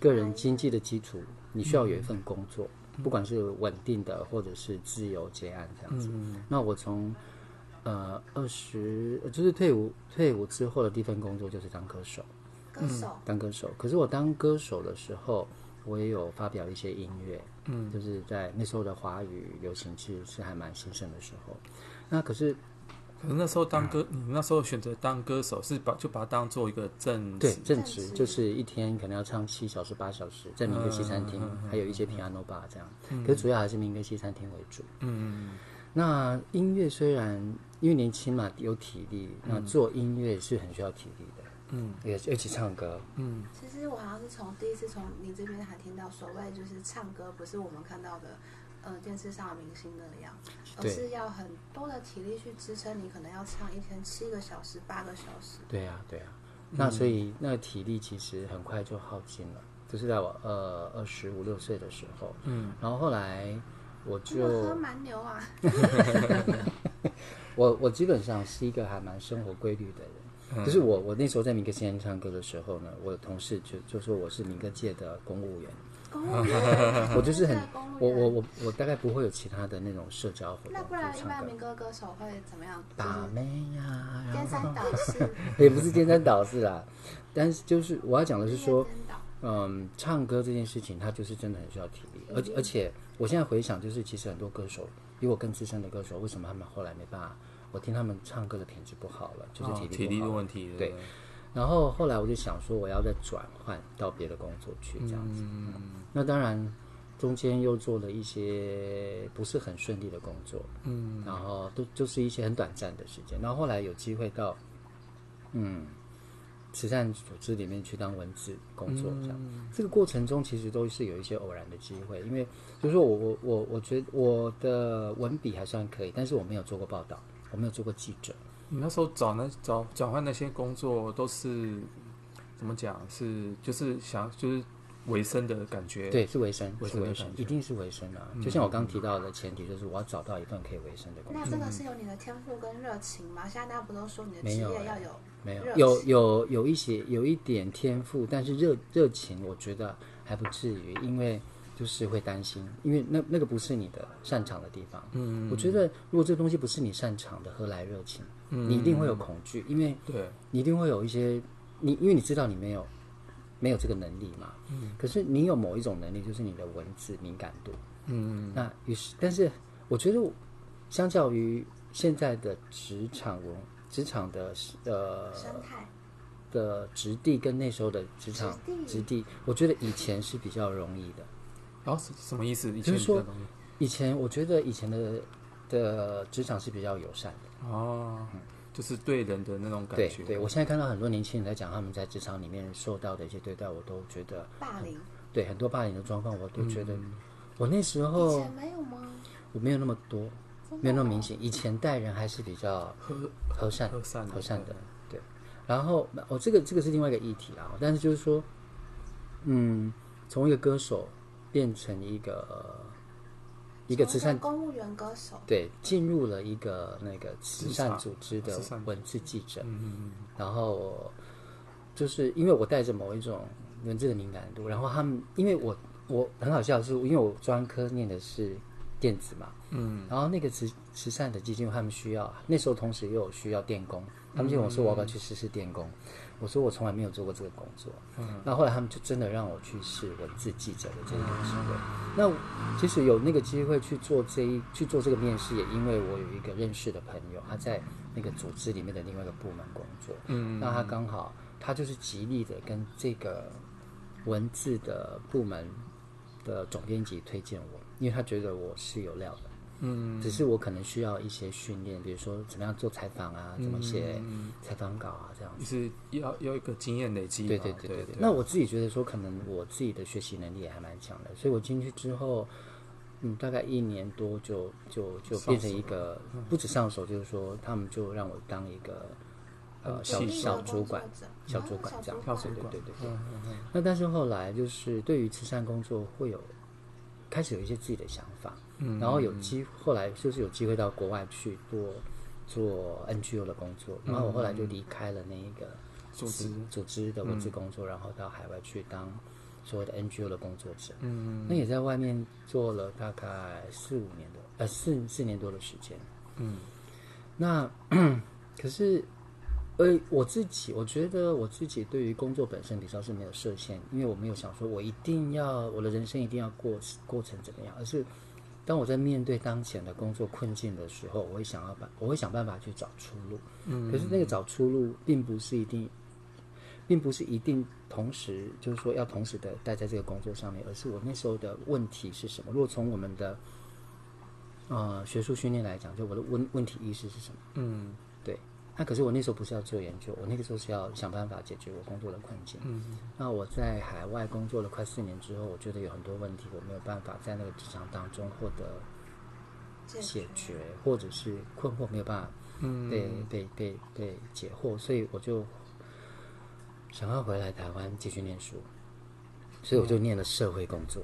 S3: 个人经济的基础，你需要有一份工作，不管是稳定的或者是自由接案这样子。那我从呃二十呃就是退伍退伍之后的第一份工作就是当歌手，
S2: 歌手
S3: 嗯当歌手。可是我当歌手的时候，我也有发表一些音乐，嗯，就是在那时候的华语流行其实是还蛮兴盛的时候。那可是
S1: 可是那时候当歌，
S3: 嗯
S1: 你那时候选择当歌手是把就把它当做一个正
S3: 对
S1: 职
S3: 正
S2: 正
S3: 职
S2: 职
S3: 就是一天可能要唱七小时八小时，在民歌西餐厅，还有一些 piano bar 这样，可是主要还是民歌西餐厅为主。
S1: 嗯，
S3: 那音乐虽然因为年轻嘛有体力，那做音乐是很需要体力的，嗯，尤尤其唱歌，
S2: 其实我好像是从第一次从你这边还听到所谓就是唱歌不是我们看到的，呃，电视上的明星那样，而
S3: 对
S2: 是要很多的体力去支撑你，可能要唱一天七个小时、八个小时。
S3: 对呀、对呀、啊那所以那个体力其实很快就耗尽了，就是在我呃二十五六岁的时候，嗯，然后后来我
S2: 真的喝
S3: 就
S2: 蛮牛啊！
S3: 我我基本上是一个还蛮生活规律的人。就是我，我那时候在民歌现场唱歌的时候呢，我的同事就就说我是民歌界的公务员，
S2: 公务 员，
S3: 我就是很
S2: 真的 公务
S3: 我
S2: 员
S3: 我我我大概不会有其他的那种社交活动，
S2: 那不然
S3: 就
S2: 一
S3: 唱
S2: 般
S3: 歌
S2: 民歌歌手会怎么 样？就
S3: 把
S2: 是
S3: 妹呀、然
S2: 颠
S3: 后
S2: 三倒四，
S3: 也不是颠三倒四啦，但是就是我要讲的是说，
S2: 颠倒。
S3: 嗯，唱歌这件事情，它就是真的很需要体力，而
S1: 嗯
S3: 且而且，我现在回想，就是其实很多歌手比我更资深的歌手，为什么他们后来没办法？我听他们唱歌的品质不好了，就是
S1: 哦
S3: 体
S1: 体
S3: 力不好、
S1: 力的问题，
S3: 对
S1: 不，
S3: 然后后来我就想说，我要再转换到别的工作去，这样子。嗯那当然，中间又做了一些不是很顺利的工作，嗯，然后都就是一些很短暂的时间。然后后来有机会到，嗯，慈善组织里面去当文字工作，这样。这个过程中其实都是有一些偶然的机会，因为就是说我我我我觉得我的文笔还算可以，但是我没有做过报道，我没有做过记者。
S1: 你那时候找那找转换那些工作都是怎么讲？是就是想就是维生的感觉。，
S3: 对，是维生，
S1: 维
S3: 是
S1: 生的感
S3: 维生，
S1: 觉
S3: 一定是维生啊！就像我刚提到的前提，就是我要找到一份可以维生的工
S2: 那
S3: 作。
S2: 这个是有你的天赋跟热情吗？现在大家不都说你的职
S3: 没有
S2: 业
S3: 欸
S2: 要有
S3: 没有
S2: 热，情
S3: 有有有一些有一点天赋，但是热热情，我觉得还不至于，因为就是会担心，因为那那个不是你的擅长的地方。嗯，我觉得如果这东西不是你擅长的，何来热情？你一定会有恐惧，因为
S1: 对，
S3: 你一定会有一些，你因为你知道你没有没有这个能力嘛，嗯，可是你有某一种能力，就是你的文字敏感度，嗯，那于是，但是我觉得我，相较于现在的职场文，职场的呃
S2: 生态，
S3: 的质地跟那时候的职场
S2: 质地
S3: 质地，我觉得以前是比较容易的，
S1: 然后是什么意思？以
S3: 就
S1: 前
S3: 是说
S1: 比较容易
S3: 以前我觉得以前的的职场是比较友善的。
S1: 哦，就是对人的那种感
S3: 嗯对
S1: 觉。
S3: 对，我现在看到很多年轻人在讲他们在职场里面受到的一些对待，我都觉得
S2: 霸凌，
S3: 对很多霸凌的状况，我都觉得，我那时
S2: 以
S3: 候
S2: 前没有吗？
S3: 我没有那么多，
S2: 真的
S3: 没有那
S2: 哦
S3: 么明显。以前待人还是比较
S1: 和
S3: 和善、
S1: 和善的
S3: 和善的，对。然后哦，这个这个是另外一个议题啊，但是就是说，嗯，从一个歌手变成一个、呃一个慈善，
S2: 公务员歌手，
S3: 对，进入了一个那个慈善
S1: 场
S3: 组织的
S1: 哦慈善
S3: 文字记者，
S1: 嗯
S3: 然后就是因为我带着某一种文字的敏感度，然后他们因为我我很好笑的是，因为我专科念的是电子嘛，
S1: 嗯，
S3: 然后那个慈慈善的基金会他们需要，那时候同时又有需要电工，
S1: 嗯
S3: 他们就跟我说我要不要去试试电工，我说我从来没有做过这个工作，嗯，那后来他们就真的让我去试文字记者的这个职位，那其实有那个机会去做这一去做这个面试，也因为我有一个认识的朋友，他在那个组织里面的另外一个部门工作。嗯，那他刚好他就是极力的跟这个文字的部门的总编辑推荐我，因为他觉得我是有料的。嗯，只是我可能需要一些训练，比如说怎么样做采访啊，怎么写采访稿啊，这样子。
S1: 就是要要一个经验累积嘛。
S3: 对
S1: 对
S3: 对
S1: 对
S3: 对。那我自己觉得说，可能我自己的学习能力也还蛮强的，所以我进去之后，嗯，大概一年多就就就变成一个不止上手，就是说他们就让我当一个呃小
S1: 嗯
S2: 独立的
S3: 小
S2: 工
S3: 主
S2: 作
S3: 管，
S2: 者
S3: 小
S2: 哦
S3: 主管这样。
S1: 小主
S3: 对对
S1: 管
S3: 对对对。那但是后来就是对于慈善工作会有开始有一些自己的想法，嗯，然后有机后来就是有机会到国外去做做 NGO 的工作，然后我后来就离开了那一个
S1: 组织
S3: 组织的文字工作，然后到海外去当所谓的 NGO 的工作者，嗯，那也在外面做了大概四五年的呃四四年多的时间，嗯，那 可是呃，我自己我觉得我自己对于工作本身比较是没有设限，因为我没有想说我一定要我的人生一定要过过成怎么样，而是当我在面对当前的工作困境的时候，我会想要办，我会想办法去找出路。嗯，可是那个找出路并不是一定，并不是一定同时就是说要同时的待在这个工作上面，而是我那时候的问题是什么？如果从我们的呃学术训练来讲，就我的问问题意识是什么？
S1: 嗯
S3: 对，那可是我那时候不是要做研究，我那个时候是要想办法解决我工作的困境。嗯，那我在海外工作了快四年之后，我觉得有很多问题我没有办法在那个职场当中获得解决，或者是困惑没有办法
S1: 嗯
S3: 被、被被被解惑，所以我就想要回来台湾继续念书，所以我就念了社会工作。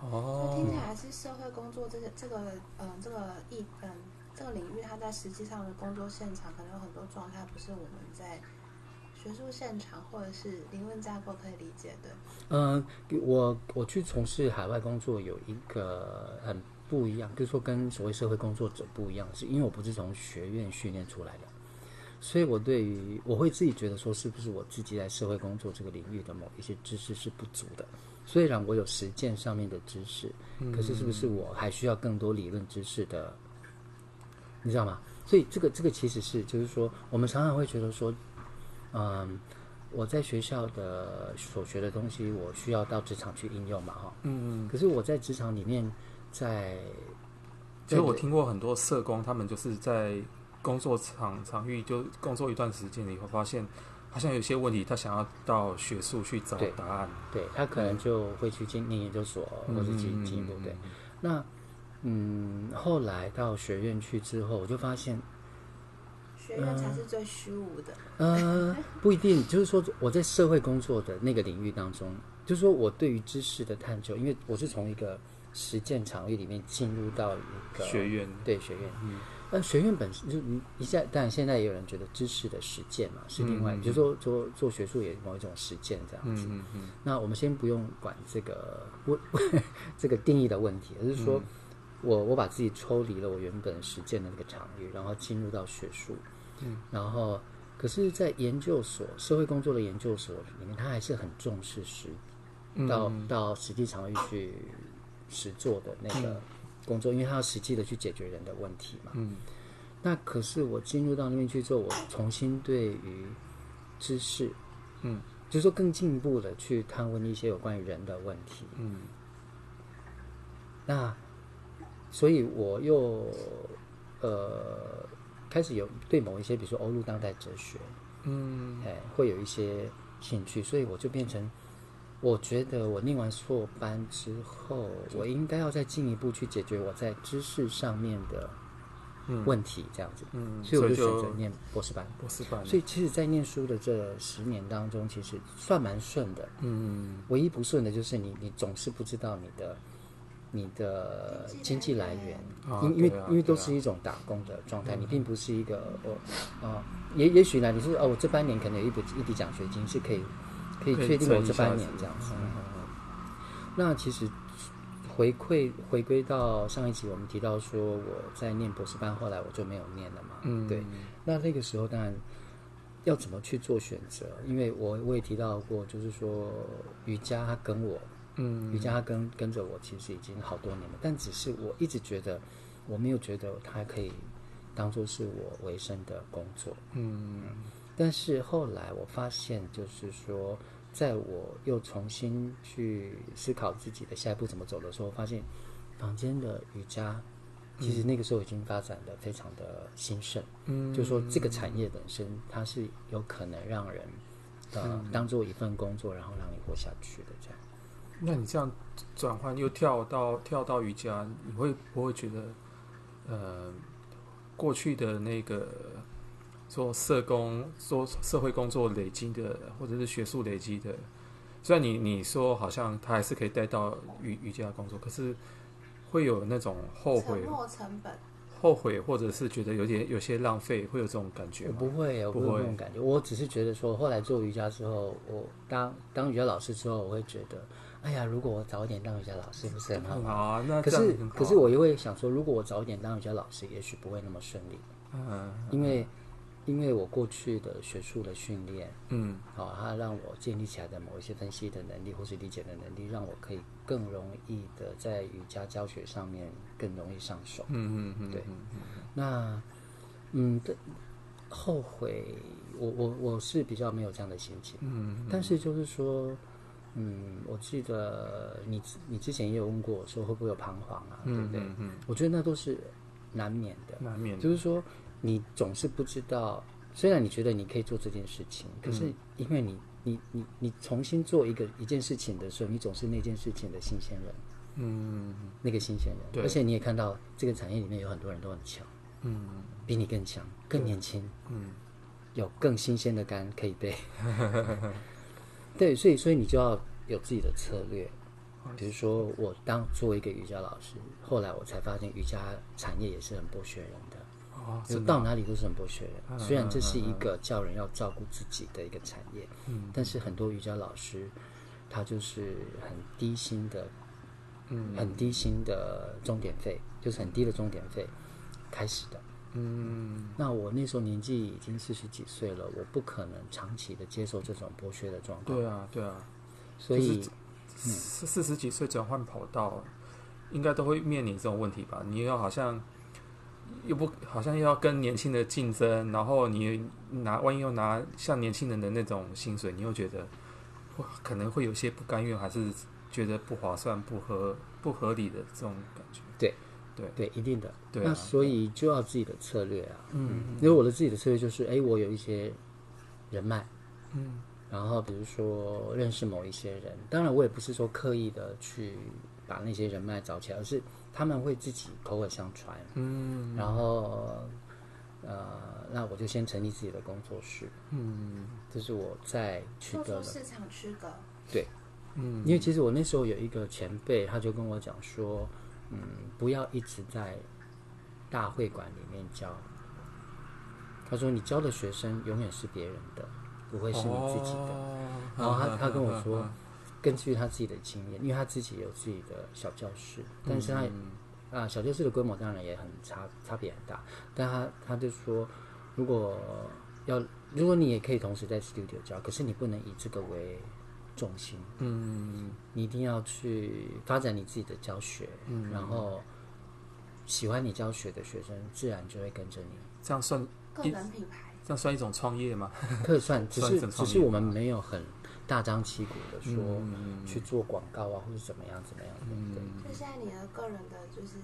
S1: 哦，
S2: 听起来是社会工作这个这个嗯这个一嗯这个领域，它在实际上的工作现场可能有很多状态，不是我们在学术现场或者是理论架构可以理解的。
S3: 嗯，我我去从事海外工作有一个很不一样，就是说跟所谓社会工作者不一样，是因为我不是从学院训练出来的，所以我对于我会自己觉得说，是不是我自己在社会工作这个领域的某一些知识是不足的。虽然我有实践上面的知识，可是是不是我还需要更多理论知识的？你知道吗？所以这个这个其实是就是说，我们常常会觉得说，嗯，我在学校的所学的东西，我需要到职场去应用嘛，哈。嗯。可是我在职场里面，在
S1: 其实我听过很多社工，他们就是在工作场场域就工作一段时间以后，发现好像有些问题，他想要到学术去找
S3: 对
S1: 答案。嗯
S3: 对他可能就会去进念研究所，哦或者进进一步对。那嗯，后来到学院去之后，我就发现
S2: 学院才
S3: 嗯
S2: 是最虚无的，
S3: 呃，不一定，就是说我在社会工作的那个领域当中，就是说我对于知识的探究，因为我是从一个实践场域里面进入到一个
S1: 嗯学院
S3: 对学院，嗯，呃，学院本身就你一下，当然现在也有人觉得知识的实践嘛是另外，就是说做做学术也某一种实践这样子。
S1: 嗯嗯
S3: 那我们先不用管这个 问这个定义的问题，而是说我我把自己抽离了我原本实践的那个场域，然后进入到学术，嗯，然后可是，在研究所社会工作的研究所里面，他还是很重视实到、到实际场域去实做的那个工作，因为他要实际的去解决人的问题嘛，嗯，那可是我进入到那边去之后，我重新对于知识就是说更进一步的去探问一些有关于人的问题。嗯，那所以我又呃开始有对某一些，比如说欧陆当代哲学，嗯，哎，会有一些兴趣，所以我就变成。我觉得我念完硕班之后，我应该要再进一步去解决我在知识上面的问题，这样子。
S1: 嗯
S3: 所以我就
S1: 所以就嗯
S3: 选择念博士班。
S1: 博士班。
S3: 所以其实，在念书的这十年当中，其实算蛮顺的。
S1: 嗯
S3: 唯一不顺的就是你，你总是不知道你的你的经
S2: 经
S3: 济
S2: 济
S3: 来
S2: 来
S3: 源
S2: 源，
S1: 啊
S3: 因因为、
S1: 对啊
S3: 因为都
S1: 对啊嗯
S3: 是一种打工的状态，你并不是一个哦啊、也也许呢，你是哦，我这半年可能有一笔一笔奖学金是可以可以
S1: 可以
S3: 确定
S1: 撑
S3: 我
S1: 一
S3: 这
S1: 下
S3: 半
S1: 子嗯
S3: 年这样子。嗯那其实回馈回归到上一集，我们提到说我在念博士班，后来我就没有念
S1: 啊
S3: 了嘛。嗯，对。那那个时候当然要怎么去做选择，因为我我也提到过，就是说瑜伽它跟我，嗯，瑜伽它跟跟着我其实已经好多年了，但只是我一直觉得我没有觉得它可以当做是我维生的工作。
S1: 嗯
S3: 但是后来我发现，就是说，在我又重新去思考自己的下一步怎么走的时候，发现房间的瑜伽，其实那个时候已经发展的非常的兴盛。
S1: 嗯，
S3: 就说这个产业本身，它是有可能让人呃当做一份工作，然后让你活下去的这样。
S1: 那你这样转换又跳到跳到瑜伽，你会不会觉得，呃，过去的那个做社工、做社会工作累积的，或者是学术累积的，虽然你你说好像他还是可以带到瑜瑜伽工作，可是会有那种后
S2: 沉
S1: 悔、
S2: 没成本，
S1: 后悔，或者是觉得有点有些浪费，会有这种感觉
S3: 我
S1: 吗？
S3: 不会，我
S1: 不
S3: 不会有
S1: 会
S3: 那种感觉。我只是觉得说，后来做瑜伽之后，我当当瑜伽老师之后，我会觉得，哎呀，如果我早一点当瑜伽老师，不是很好
S1: 很
S3: 吗？
S1: 好啊，那
S3: 可
S1: 这样
S3: 是
S1: 很好
S3: 可是我又会想说，如果我早一点当瑜伽老师，也许不会那么顺利，
S1: 嗯
S3: 因为因为我过去的学术的训练，
S1: 嗯
S3: 好、它让我建立起来的某一些分析的能力或是理解的能力，让我可以更容易的在瑜伽教学上面更容易上手。
S1: 嗯嗯嗯，
S3: 对
S1: 嗯
S3: 那嗯，对，后悔，我我我是比较没有这样的心情，
S1: 嗯
S3: 但是就是说。嗯，我记得你你之前也有问过我说会不会有彷徨啊，对不
S1: 嗯
S3: 对？
S1: 嗯嗯，
S3: 我觉得那都是难免的，
S1: 难免
S3: 就是说你总是不知道，虽然你觉得你可以做这件事情，可
S1: 嗯
S3: 是因为你你你你重新做一个一件事情的时候，你总是那件事情的新鲜人，
S1: 嗯
S3: 那个新鲜人，
S1: 对
S3: 而且你也看到这个产业里面有很多人都很强，
S1: 嗯
S3: 比你更强，更年轻，
S1: 嗯。
S3: 有更新鲜的肝可以 被。对，所以所以你就要有自己的策略。比如说，我当作为一个瑜伽老师，后来我才发现瑜伽产业也是很剥削人的。
S1: 哦，
S3: 就
S1: 真的嗯
S3: 到哪里都是很剥削人。虽然这是一个叫人要照顾自己的一个产业，
S1: 嗯
S3: 但是很多瑜伽老师，他就是很低薪的，
S1: 嗯，
S3: 很低薪的钟点费，就是很低的钟点费开始的。
S1: 嗯
S3: 那我那时候年纪已经四十几岁了，我不可能长期的接受这种剥削的状，况，
S1: 对啊，对啊，
S3: 所以、
S1: 就是
S3: 嗯
S1: 四四十几岁转换跑道，应该都会面临这种问题吧？你要好像又不好像又要跟年轻的竞争，然后你拿万一又拿像年轻人的那种薪水，你又觉得哇，可能会有些不甘愿，还是觉得不划算、不合不合理的这种感觉。
S3: 对一定的。
S1: 对啊
S3: 那所以就要自己的策略啊。
S1: 嗯
S3: 因为我的自己的策略就是，哎，我有一些人脉，
S1: 嗯，
S3: 然后比如说认识某一些人，当然我也不是说刻意的去把那些人脉找起来，而是他们会自己口耳相传，
S1: 嗯
S3: 然后呃，那我就先成立自己的工作室，
S1: 嗯
S3: 这是我在取
S2: 做出
S3: 得的
S2: 市场区隔，
S1: 嗯
S3: 因为其实我那时候有一个前辈，他就跟我讲说，嗯，不要一直在大会馆里面教。他说你教的学生永远是别人的，不会是你自己的。
S1: 哦
S3: 然后他他跟我
S1: 嗯
S3: 说，根据他自己的经验，因为他自己有自己的小教室，但是他啊、小教室的规模当然也很差差别很大，但他他就说，如果要如果你也可以同时在 studio 教，可是你不能以这个为重心，
S1: 嗯
S3: 你一定要去发展你自己的教学，然后喜欢你教学的学生自然就会跟着你。
S1: 这样算
S2: 个人品牌，
S1: 这样算一种创业吗？
S3: 可以算，只
S1: 算一
S3: 是
S1: 种
S3: 只
S1: 创
S3: 是
S1: 业
S3: 我们没有很大张旗鼓的说
S1: 嗯
S3: 去做广告啊，或者怎么样怎么样的。对
S2: 就现在你的个人的就是，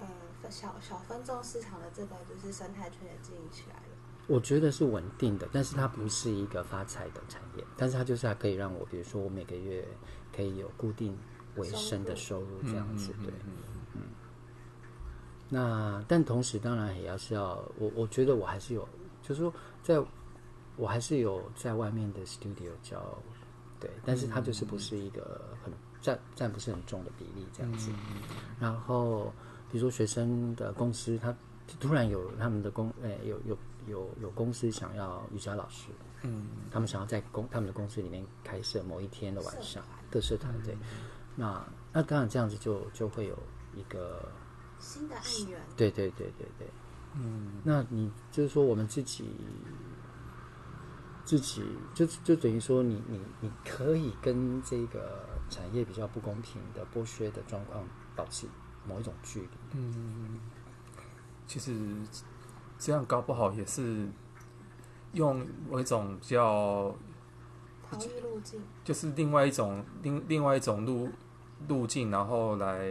S2: 呃，分小小分众市场的这个就是生态圈也经营起来了，
S3: 我觉得是稳定的，但是它不是一个发财的产业，但是它就是还可以让我，比如说我每个月可以有固定维生的收入这样子，对，嗯。那但同时当然也要是要我，我觉得我还是有，就是说在，我还是有在外面的 studio 教，对，但是它就是不是一个很占占不是很重的比例这样子。然后比如说学生的公司，他突然有他们的公，呃、有有有有公司想要瑜伽老师，
S1: 嗯，
S3: 他们想要在公他们的公司里面开设某一天的晚上的社团，对，那那当然这样子就就会有一个，
S2: 新的案源，
S3: 对对对对对，嗯，那你就是说我们自己。自己就就等于说你，你你可以跟这个产业比较不公平的剥削的状况保持某一种距离，
S1: 其实这样搞不好也是用我一种比较，
S2: 逃逸路径，
S1: 就是另外一种另另外一种路路径，然后来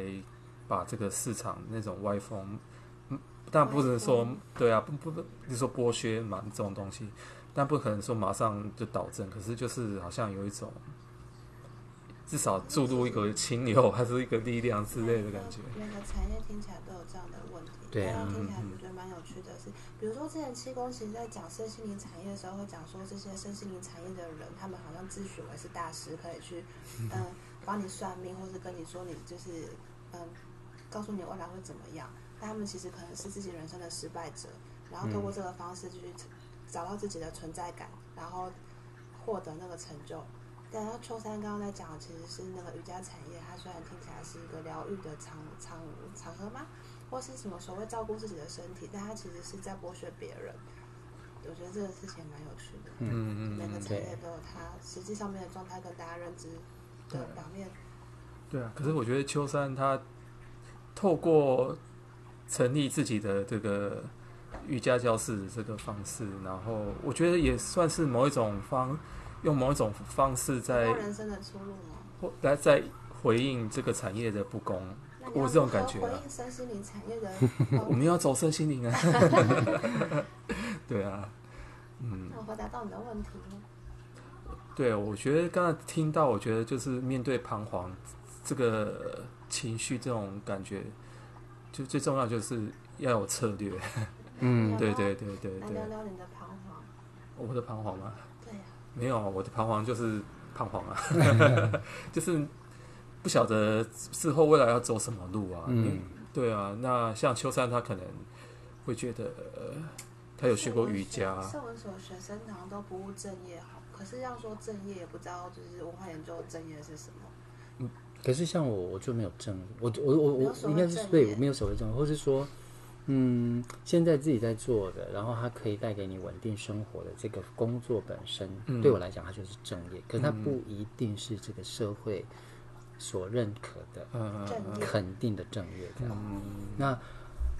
S1: 把这个市场那种歪风，嗯但不能说
S2: 歪风
S1: 对啊，不不不，你说剥削嘛这种东西，但不可能说马上就导正，可是就是好像有一种。至少注入一个清流，还是一个力量之类的感觉。
S2: 每个产业听起嗯来都有这样的问题，
S3: 对啊
S2: 然后听起来我觉得蛮有趣的是，比如说之前七公其实在讲身心灵产业的时候，会讲说这些身心灵产业的人，他们好像自诩为是大师，可以去嗯、呃帮你算命，或是跟你说你就是嗯、告诉你未来会怎么样。但他们其实可能是自己人生的失败者，然后通过这个方式去找到自己的存在感，然后获得那个成就。对，然后秋山刚刚在讲，的其实是那个瑜伽产业，它虽然听起来是一个疗愈的场场场合吗，或是什么所谓照顾自己的身体，但它其实是在剥削别人。我觉得这个事情蛮有趣的，
S1: 嗯嗯
S2: 每
S1: 嗯
S2: 个
S1: 嗯，
S2: 产业都有它实际上面的状态跟大家认知的表面。
S1: 对啊。可是我觉得秋山他透过成立自己的这个瑜伽教室的这个方式，然后我觉得也算是某一种方，用某一种方式在
S2: 找到人生的出路吗？
S1: 或来在回应这个产业的不公。
S2: 那你
S1: 我
S2: 要
S1: 这种
S2: 如何
S1: 感觉啊
S2: 回应身心灵产业的
S1: 我们要走身心灵啊， 对啊，
S2: 那我回答到你的问题吗？
S1: 对，啊我觉得刚才听到，我觉得就是面对彷徨这个情绪这种感觉，就最重要就是要有策略。
S3: 嗯
S1: 对对对对
S2: 来
S1: 对
S2: 聊，聊你的彷徨。
S1: 我的彷徨吗？
S2: 对啊呀、
S1: 没有，啊我的彷徨就是彷徨 啊，就是不晓得之后未来要走什么路啊。
S3: 嗯，
S1: 对啊，那像秋山他可能会觉得，呃、他有学过瑜伽，
S3: 啊
S1: 啊
S2: 社文所学生好像都不务正业好，可是要说正业也不知道，就是文化研究的正业是什么。
S3: 可是像我，我就没有正，我我我
S2: 没
S3: 我
S2: 有所谓
S3: 应该是
S2: 正
S3: 对
S2: 业
S3: 我没有所谓正，或是说，嗯，现在自己在做的，然后它可以带给你稳定生活的这个工作本身，
S1: 嗯
S3: 对我来讲，它就是正业，可是它不一定是这个社会所认可的、
S1: 嗯、
S2: 正业
S3: 肯定的正业这样。那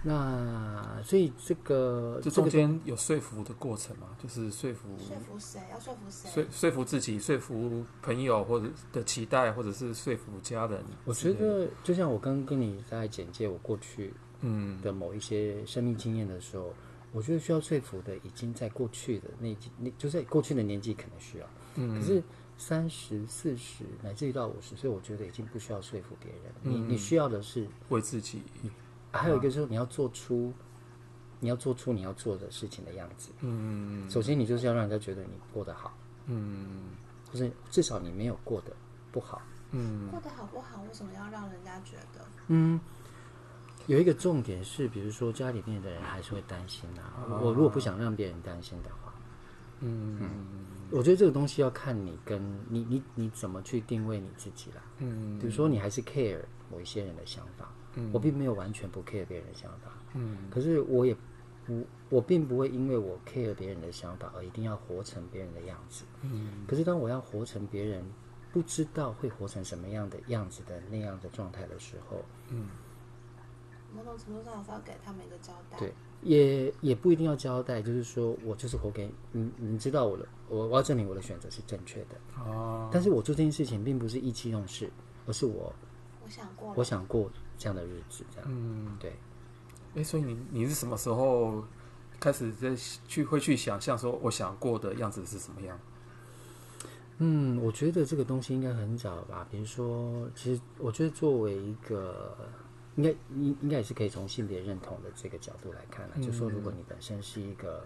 S3: 那所以这个
S1: 这
S3: 这
S1: 中
S3: 个
S1: 间有说服的过程嘛，就是说服
S2: 说服谁？要说服
S1: 说
S2: 谁？
S1: 说服自己、说服朋友或者的期待，或者是说服家人。
S3: 我觉，得，就像我刚跟你在简介我过去
S1: 嗯
S3: 的某一些生命经验的时候，我觉得需要说服的已经在过去的那那，就是在过去的年纪可能需要，可是三十四十乃至于到五十岁，我觉得已经不需要说服别人，你你需要的是，
S1: 为自己，
S3: 嗯还有一个就是你要做出，你要做出你要做的事情的样子。
S1: 嗯
S3: 首先，你就是要让人家觉得你过得好，
S1: 嗯
S3: 或是至少你没有过得不好。
S1: 嗯
S2: 过得好不好？为什么要让人家觉得？
S3: 嗯，有一个重点是，比如说家里面的人还是会担心啊。
S1: 哦
S3: 我如果不想让别人担心的话，
S1: 嗯
S3: 我觉得这个东西要看你跟你你你怎么去定位你自己啦。
S1: 嗯
S3: 比如说，你还是 care 某一些人的想法，我并没有完全不 care 别人的想法，
S1: 嗯，
S3: 可是我也不，我并不会因为我 care 别人的想法而一定要活成别人的样子，嗯，可是当我要活成别人不知道会活成什么样的样子的那样的状态的时候，
S2: 某种程度上还是要给他们一个交代。
S3: 对，也也不一定要交代，就是说我就是活给你，你知道我的，我我要证明我的选择是正确的，
S1: 哦，
S3: 但是我做这件事情并不是意气用事，而是我
S2: 我想过
S3: 我
S2: 了，
S3: 想过这样的日子，这样，嗯，对。
S1: 哎，所以你你是什么时候开始在去会去想象说我想过的样子是什么样？
S3: 嗯，我觉得这个东西应该很早吧。比如说，其实我觉得作为一个，应该应应该也是可以从性别认同的这个角度来看啦，就说如果你本身是一个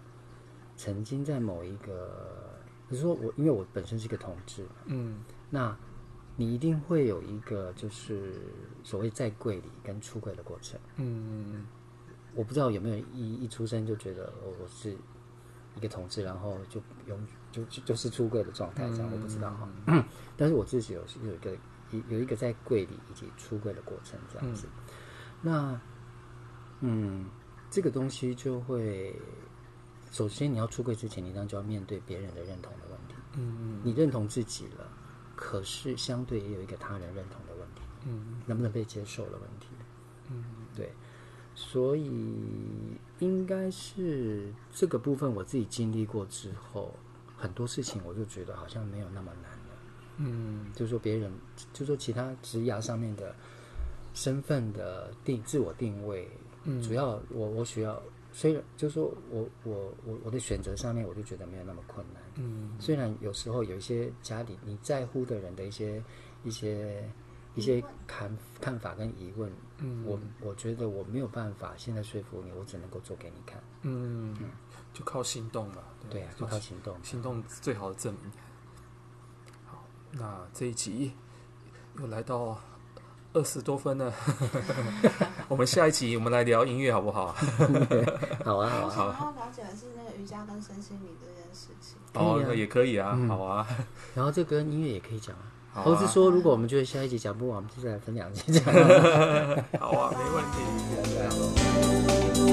S3: 曾经在某一个，比如说我，因为我本身是一个同志嘛，
S1: 嗯
S3: 那你一定会有一个就是所谓在柜里跟出柜的过程。
S1: 嗯
S3: 我不知道有没有人一一出生就觉得哦我我是一个同志，然后就永就就就是出柜的状态这样，我不知道哈、 但是我自己有有一个有有一个在柜里以及出柜的过程这样子。那嗯，这个东西就会，首先你要出柜之前，你当然就要面对别人的认同的问题。
S1: 嗯
S3: 你认同自己了，可是相对也有一个他人认同的问题，
S1: 嗯
S3: 能不能被接受的问题。
S1: 嗯
S3: 对，所以应该是这个部分我自己经历过之后，很多事情我就觉得好像没有那么难了。
S1: 嗯
S3: 就说别人，就说其他职涯上面的身份的定自我定位，
S1: 嗯
S3: 主要我我需要，虽然就说我我我我的选择上面，我就觉得没有那么困难。
S1: 嗯
S3: 虽然有时候有一些家里你在乎的人的一些一些一些看看法跟疑问，
S1: 嗯
S3: 我我觉得我没有办法现在说服你，我只能够做给你看。
S1: 嗯，就靠行动了。
S3: 对啊，就
S1: 就
S3: 靠行动。
S1: 行动是最好的证明。好，那这一集又来到二十多分了， 我们下一集我们来聊音乐好不好？
S3: 好啊，好
S2: 我
S3: 啊，
S2: 想要了解的是那个瑜伽跟身心灵这件事情。
S3: 可以啊
S1: 哦，那也可以啊，
S3: 嗯
S1: 好啊，
S3: 然后这跟音乐也可以讲啊。
S1: 好
S3: 或是
S1: 啊，
S3: 说，如果我们觉得下一集讲不完，我们就再来分两集讲。
S1: 好啊，没问题。
S3: 这样咯